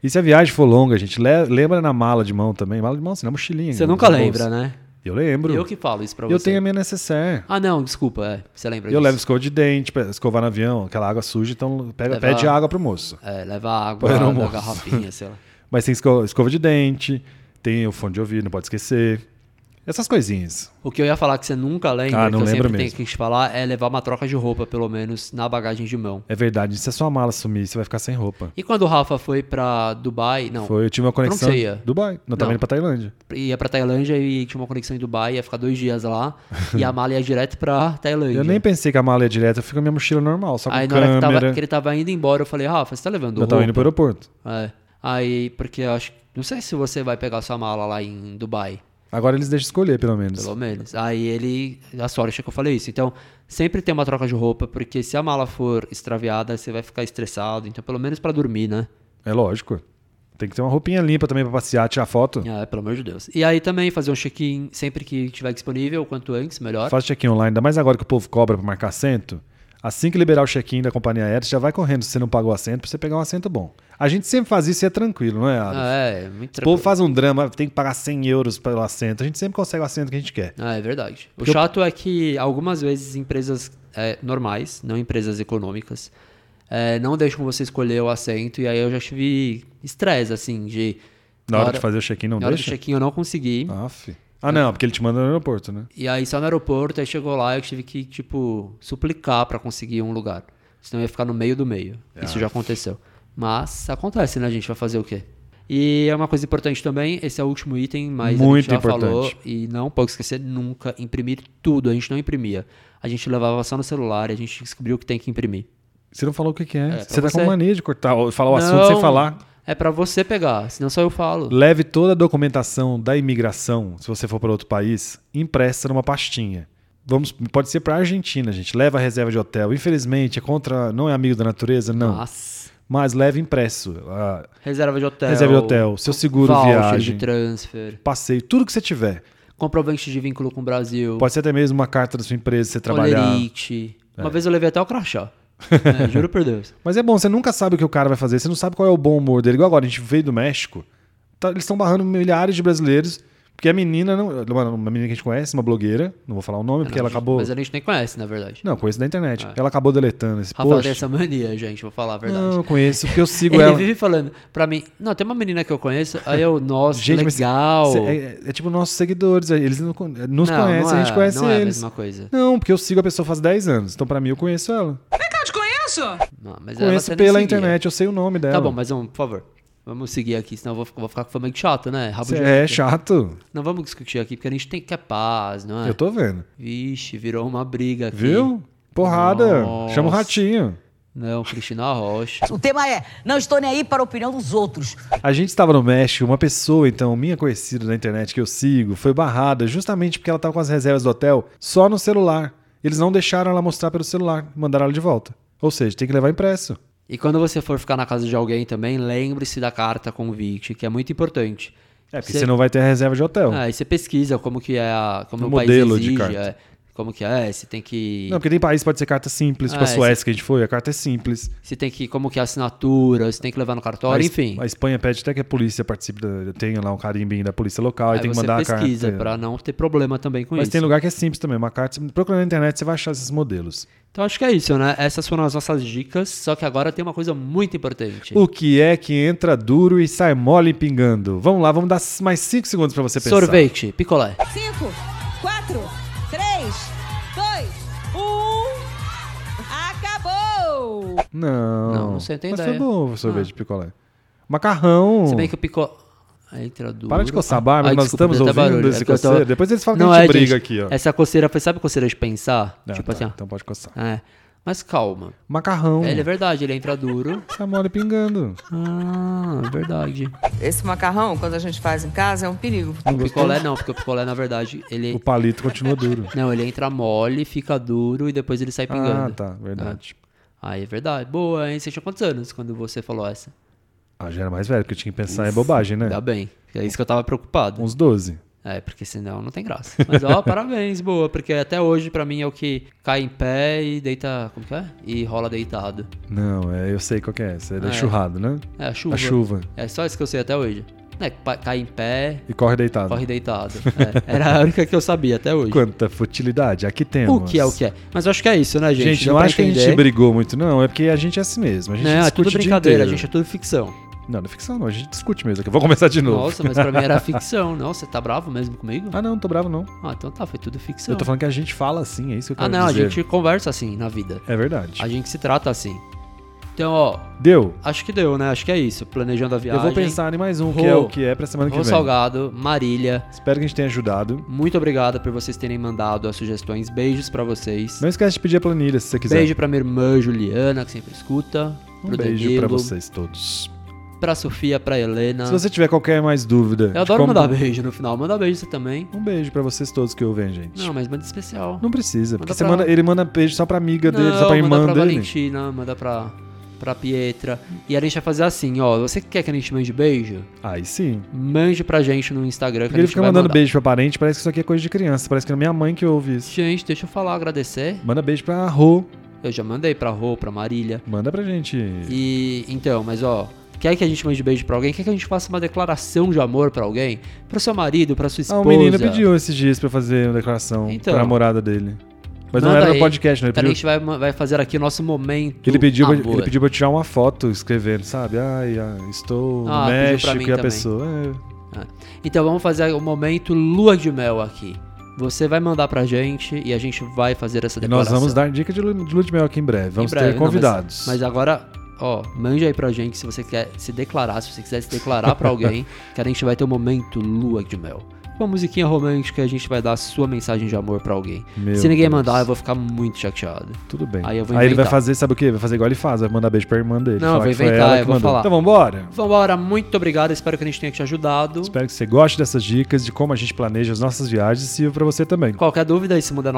B: E se a viagem for longa, gente, le- lembra na mala de mão também? Mala de mão, assim, na mochilinha.
A: Você
B: no
A: nunca
B: bolso.
A: lembra, né?
B: Eu lembro.
A: Eu que falo isso pra
B: Eu
A: você.
B: tenho a minha necessaire.
A: Ah, não, desculpa. É, você lembra
B: Eu
A: disso.
B: levo escova de dente pra escovar no avião, aquela água suja, então pega,
A: Leva-
B: pede água pro moço.
A: É, leva
B: Põe
A: água
B: no
A: na
B: almoço.
A: garrafinha, sei lá.
B: Mas tem esco- escova de dente, tem o fone de ouvido, não pode esquecer. Essas coisinhas.
A: O que eu ia falar que você nunca lembra,
B: Ah, não
A: que eu sempre
B: lembro
A: tenho
B: mesmo.
A: que te falar, é levar uma troca de roupa, pelo menos, na bagagem de mão.
B: É verdade, se a sua mala sumir, você vai ficar sem roupa.
A: E quando o Rafa foi pra Dubai, não,
B: Foi, eu tive uma
A: pra onde
B: conexão.
A: você ia?
B: Dubai. Não, tava
A: Não.
B: indo pra Tailândia.
A: ia pra Tailândia e tinha uma conexão em Dubai, ia ficar dois dias lá, e a mala ia direto pra Tailândia.
B: Eu nem pensei que a mala ia direto, eu fui com a minha mochila normal, só com
A: Aí na hora que,
B: câmera.
A: tava- que ele tava indo embora, eu falei, Rafa, você tá levando
B: eu tava indo pro
A: roupa?
B: aeroporto.
A: É. Aí, porque eu acho, não sei se você vai pegar sua mala lá em Dubai.
B: Agora eles deixam escolher, pelo menos.
A: Pelo menos. Aí ele. A sorte é que eu falei isso. Então, sempre tem uma troca de roupa, porque se a mala for extraviada, você vai ficar estressado. Então, pelo menos pra dormir, né?
B: É lógico. Tem que ter uma roupinha limpa também pra passear, tirar foto.
A: Ah, pelo amor de Deus. E aí também fazer um check-in sempre que tiver disponível, quanto antes, melhor.
B: Faz check-in online, ainda mais agora que o povo cobra pra marcar assento. Assim que liberar o check-in da companhia aérea, você já vai correndo se você não pagou o assento pra você pegar um assento bom. A gente sempre faz isso e é tranquilo, não é, Adolfo?
A: Ah, é, muito
B: O povo
A: tranquilo.
B: faz um drama, tem que pagar 100 euros pelo assento. A gente sempre consegue o assento que a gente quer.
A: Ah, é verdade. O
B: Porque eu-
A: chato é que algumas vezes empresas é, normais, não empresas econômicas, é, não deixam você escolher o assento. E aí eu já tive estresse, assim, de.
B: Na hora de fazer o check-in, não
A: Na hora do
B: deixa?
A: check-in É. eu não consegui.
B: Aff. Ah, não, porque ele te manda no aeroporto, né?
A: E aí só no aeroporto, aí chegou lá eu tive que, tipo, suplicar pra conseguir um lugar. Senão eu ia ficar no meio do meio.
B: É.
A: Isso já aconteceu. Mas acontece, né, gente? Vai fazer o quê? E é uma coisa importante também, esse é o último item, mas a
B: Muito
A: gente já falou.
B: importante.
A: E não pode esquecer nunca imprimir tudo. A gente não imprimia. A gente levava só no celular e a gente descobriu que tem que imprimir.
B: Você não falou o que, que é.
A: pra
B: você tá
A: você.
B: com mania de cortar, ou falar o assunto sem
A: Não,
B: falar.
A: É pra você pegar, senão só eu falo.
B: Leve toda a documentação da imigração, se você for para outro país, impressa numa pastinha. Vamos, pode ser para Argentina, gente. Leva a reserva de hotel. Infelizmente, é contra, não é amigo da natureza, não.
A: Ah. Mas,
B: Mas leve impresso. ah,
A: reserva de hotel.
B: reserva de hotel, seu seguro
A: voucher
B: viagem,
A: de transfer.
B: passeio, tudo que você tiver.
A: Comprovante de vínculo com o Brasil.
B: Pode ser até mesmo uma carta da sua empresa, você trabalhar. É.
A: Olerite. Uma vez eu levei até o crachá. É, juro por Deus.
B: Mas é bom, você nunca sabe o que o cara vai fazer, você não sabe qual é o bom humor dele. Igual agora, a gente veio do México, tá- eles estão barrando milhares de brasileiros, porque a menina, não, uma, uma menina que a gente conhece, uma blogueira, não vou falar o nome, porque ela acabou.
A: Mas a gente nem conhece, na verdade.
B: Não, conheço da internet. Ela acabou deletando esse
A: É. Rafael
B: post.
A: tem essa mania, gente, vou falar a verdade.
B: Não, eu conheço, porque eu sigo
A: Ele
B: ela.
A: vive falando pra mim, não, tem uma menina que eu conheço, aí eu, nossa,
B: Gente, mas
A: é legal.
B: cê- é, é tipo nossos seguidores, eles não con- nos
A: Não,
B: conhecem,
A: não
B: a gente
A: é-
B: conhece
A: não é a
B: eles.
A: mesma coisa.
B: Não, porque eu sigo a pessoa faz 10 anos, então pra mim eu conheço ela.
G: Eu te conheço?
A: Não, mas ela você
B: conheço
A: nem
B: pela
A: seguia.
B: internet, eu sei o nome dela.
A: Tá bom, mas vamos, por favor, vamos seguir aqui, senão eu vou, ficar- vou ficar com fama de chato, né? Rabo
B: Cê
A: de-
B: é chato,
A: Não vamos discutir aqui, porque a gente tem que é paz, não é?
B: eu tô vendo.
A: Vixe, virou uma briga aqui.
B: Viu? Porrada, chama o
A: Nossa.
B: ratinho.
A: Não, Cristina Rocha.
J: O tema é: não estou nem aí para a opinião dos outros.
B: A gente estava no México, uma pessoa, então, minha conhecida na internet que eu sigo, foi barrada justamente porque ela estava com as reservas do hotel só no celular. Eles não deixaram ela mostrar pelo celular, mandaram ela de volta. Ou seja, tem que levar impresso.
A: E quando você for ficar na casa de alguém também, lembre-se da carta convite, que é muito importante.
B: É, porque você não vai ter a reserva de hotel.
A: Ah, aí você pesquisa como que é a, como
B: Então. O
A: o,
B: modelo
A: país
B: de
A: exige,
B: carta.
A: é, como que é, se tem que
B: Não, porque tem país que pode ser carta simples, tipo
A: Ah,
B: a
A: é,
B: Suécia que a gente foi, a carta é simples.
A: se tem que como que é a assinatura, se tem que levar no cartório,
B: a, Es-
A: enfim.
B: A Espanha pede até que a polícia participe, da, tenha lá um carimbinho da polícia local, aí,
A: aí
B: tem que
A: você
B: mandar a carta.
A: pesquisa pra não ter problema também com
B: Mas
A: isso.
B: tem lugar que é simples também, uma carta. você Procurando na internet, você vai achar esses modelos.
A: Então acho que é isso, né? Essas foram as nossas dicas, só que agora tem uma coisa muito importante.
B: O que é que entra duro e sai mole pingando? Vamos lá, vamos dar mais 5 segundos pra você pensar.
A: Sorvete, picolé.
G: Cinco, quatro, três, dois, um. Acabou!
B: Não.
A: Não, não sei, eu tenho
B: Mas
A: ideia. Ah.
B: foi bom o sorvete de picolé. Macarrão.
A: Se bem que o picolé... Entra duro.
B: Para de coçar a barba,
A: Ai,
B: nós
A: desculpa,
B: estamos
A: deu até
B: ouvindo
A: barulho.
B: esse
A: É porque eu
B: coceiro. Depois eles falam que
A: Não,
B: a gente
A: é,
B: briga aqui, ó.
A: Essa coceira foi, sabe coceira de pensar?
B: Ah,
A: tipo
B: tá, Hum.
A: assim, ó.
B: Então pode coçar.
A: É. Mas calma.
B: Macarrão.
A: Ele é verdade, ele entra duro.
B: Sai mole pingando.
A: Ah, é verdade.
G: Esse macarrão, quando a gente faz em casa, é um perigo.
A: O picolé não, porque o picolé, na verdade, ele.
B: O palito continua duro.
A: Não, ele entra mole, fica duro e depois ele sai pingando.
B: Ah, tá. Verdade.
A: Ah, é verdade. Boa, hein? Você tinha quantos anos quando você falou essa?
B: Ah, já era mais velho, porque eu tinha que pensar em bobagem, né?
A: Ainda bem. É isso que eu tava preocupado.
B: Uns 12.
A: É, porque senão não tem graça. Mas ó, parabéns, boa, porque até hoje pra mim é o que cai em pé e deita. Como que é? E rola deitado.
B: Não, é, eu sei qual que é essa. É da
A: Ah, é.
B: churrado, né?
A: É a chuva.
B: A chuva.
A: É só isso que eu sei até hoje. né, pa- cai em pé,
B: E corre deitado.
A: corre deitado. É, era a única que eu sabia até hoje.
B: Quanta futilidade. Aqui temos.
A: O que é o que é. Mas eu acho que é isso, né, gente?
B: Gente,
A: Deu
B: não
A: pra
B: acho que a gente
A: entender,
B: brigou muito, não. É porque a gente é assim mesmo. A gente
A: né? É
B: discute
A: tudo
B: o dia
A: brincadeira,
B: inteiro.
A: gente. É tudo ficção.
B: Não, não é ficção, não. A gente discute mesmo. Aqui. Eu vou começar de novo.
A: Nossa, mas pra mim era ficção. Não, você tá bravo mesmo comigo?
B: Ah, não, não tô bravo, não.
A: Ah, então tá, foi tudo ficção.
B: Eu tô falando que a gente fala assim, é isso que eu
A: ah,
B: quero
A: não,
B: dizer.
A: a gente conversa assim na vida.
B: É verdade.
A: A gente se trata assim. Então, ó,
B: Deu.
A: acho que deu, né? Acho que é isso. Planejando a viagem.
B: Eu vou pensar em mais um, que
A: Rô.
B: é o que é pra semana que
A: Rô
B: vem.
A: Salgado, Marília,
B: Espero que a gente tenha ajudado.
A: muito obrigado por vocês terem mandado as sugestões. Beijos pra vocês.
B: Não esquece de pedir a planilha se você quiser.
A: Beijo pra minha irmã Juliana, que sempre escuta.
B: um
A: pro
B: beijo
A: Danilo,
B: pra vocês todos.
A: Pra Sofia, pra Helena.
B: Se você tiver qualquer mais dúvida. de
A: Eu adoro
B: como-
A: mandar beijo no final. Manda beijo você também.
B: Um beijo pra vocês todos que ouvem, gente.
A: Não, mas manda especial.
B: Não precisa, porque
A: Manda
B: você
A: pra-
B: manda- ele manda beijo só pra amiga dele, só pra
A: manda
B: irmã
A: pra
B: dele.
A: Valentina, manda pra, pra Pietra. E a gente vai fazer assim, ó. Você quer que a gente mande beijo?
B: Aí sim.
A: Mande pra gente no Instagram que
B: Porque
A: a
B: ele
A: gente
B: fica
A: vai
B: mandando
A: mandar.
B: beijo pra parente, parece que isso aqui é coisa de criança. Parece que é minha mãe que ouve isso.
A: Gente, deixa eu falar, agradecer.
B: Manda beijo pra Rô.
A: Eu já mandei pra Rô, pra Marília.
B: Manda pra gente.
A: E então, mas ó, quer que a gente mande beijo pra alguém? Quer que a gente faça uma declaração de amor pra alguém? Pro seu marido, pra sua
B: Ah,
A: esposa.
B: o menino pediu esses dias pra fazer uma declaração
A: Então.
B: pra namorada dele. Mas não
A: Manda
B: era
A: aí.
B: no podcast, não. Ele
A: Então a
B: pediu,
A: gente vai, vai fazer aqui o nosso momento.
B: ele, pediu pra,
A: amor.
B: ele pediu pra eu tirar uma foto escrevendo, sabe? Ai, ai, estou
A: Ah,
B: no
A: pediu pra
B: México
A: mim
B: e a
A: também.
B: pessoa. é.
A: Então vamos fazer o momento lua de mel aqui. Você vai mandar pra gente e a gente vai fazer essa
B: E nós
A: declaração.
B: vamos dar dica de lua de lua de mel aqui em breve. Vamos
A: Em breve,
B: ter
A: não, mas-
B: convidados.
A: mas, agora, ó, manja aí pra gente se você quer se declarar, se você quiser se declarar pra alguém, que a gente vai ter um momento lua de mel. Uma musiquinha romântica, a gente vai dar a sua mensagem de amor pra alguém.
B: Meu
A: se ninguém
B: Deus.
A: mandar, eu vou ficar muito chateado.
B: Tudo bem.
A: Aí eu vou
B: ele vai
A: inventar.
B: fazer, sabe o quê? Vai fazer igual ele faz, vai mandar beijo pra irmã dele.
A: Não,
B: falar
A: eu vou
B: que foi
A: inventar,
B: ela
A: eu
B: que
A: vou
B: mandou.
A: falar.
B: Então vambora.
A: Vambora, muito obrigado, espero que a gente tenha te ajudado.
B: Espero que você goste dessas dicas de como a gente planeja as nossas viagens e sirva pra você também.
A: Qualquer dúvida, esse mundo é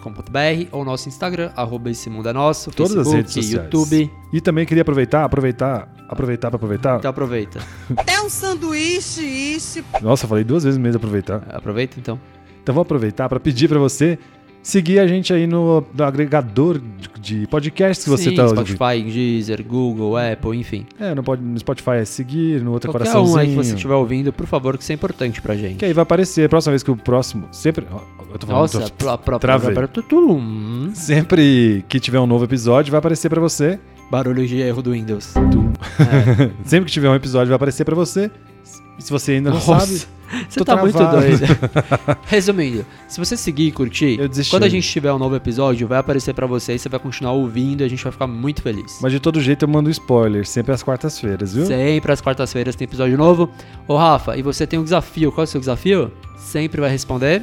A: nosso.com.br ou nosso Instagram, arroba esse mundo é nosso,
B: Todas as
A: Facebook,
B: redes sociais.
A: YouTube.
B: E também queria aproveitar, aproveitar, aproveitar pra aproveitar.
A: Então aproveita.
G: É um sanduíche, ixi.
B: Nossa, eu falei duas vezes mesmo aproveitar.
A: Aproveita então.
B: Então vou aproveitar para pedir para você seguir a gente aí no, no agregador de de podcast que você
A: Sim,
B: tá ouvindo.
A: Spotify, Deezer, Google, Apple, enfim.
B: É, no, pod- no Spotify é seguir, no outro é
A: Qualquer um
B: coraçãozinho.
A: aí que você estiver ouvindo, por favor, que isso é importante pra gente.
B: Que aí vai aparecer. A próxima vez que o próximo. Sempre. ó, Eu tô falando.
A: Nossa,
B: tô-
A: pra, pra,
B: travei.
A: pra- pra- tu- tu- hum,
B: Sempre que tiver um novo episódio, vai aparecer para você.
A: barulho de erro do Windows.
B: Sempre que tiver um episódio, vai aparecer para você. E se você ainda não
A: Nossa,
B: sabe,
A: Você
B: tô
A: tá muito
B: travado.
A: doido. Resumindo, se você seguir e curtir,
B: Eu desisti.
A: quando a gente tiver um novo episódio, vai aparecer pra você e você vai continuar ouvindo e a gente vai ficar muito feliz.
B: Mas de todo jeito eu mando spoiler, sempre às quartas-feiras, viu?
A: Sempre às quartas-feiras tem episódio novo. Ô Rafa, e você tem um desafio. Qual é o seu desafio? Sempre vai responder.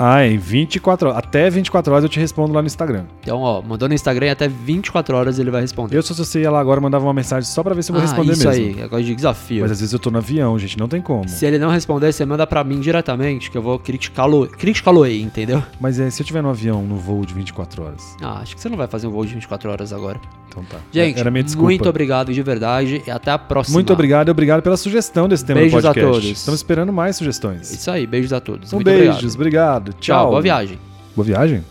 B: Ah, em 24 horas. Até 24 horas eu te respondo lá no Instagram.
A: Então, ó, mandou no Instagram e até 24 horas ele vai responder.
B: Eu, se você ia lá agora, mandava uma mensagem só pra ver se eu vou
A: ah,
B: responder
A: isso
B: mesmo.
A: aí, é coisa de desafio.
B: Mas às vezes eu tô no avião, gente, não tem como.
A: Se ele não responder, você manda pra mim diretamente, que eu vou criticá-lo, criticá-lo aí, entendeu?
B: Mas é, se eu tiver no avião, no voo de 24 horas.
A: Ah, acho que você não vai fazer um voo de 24 horas agora.
B: Então tá.
A: Gente,
B: Era minha desculpa.
A: muito obrigado de verdade e até a próxima.
B: Muito obrigado e obrigado pela sugestão desse tema
A: Beijos
B: do
A: a
B: podcast.
A: todos.
B: Estamos esperando mais sugestões.
A: Isso aí, beijos a todos.
B: Um
A: muito Obrigado.
B: beijos, obrigado.
A: Tchau,
B: Tchau.
A: boa viagem.
B: Boa viagem?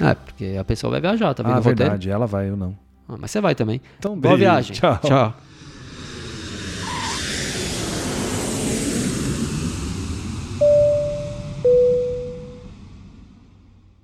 A: É, porque a pessoa vai viajar, tá vendo o
B: ah,
A: roteiro?
B: verdade. Ela vai, eu não.
A: Ah, mas você vai também.
B: Então,
A: boa
B: beijo,
A: viagem.
B: tchau.
A: Tchau.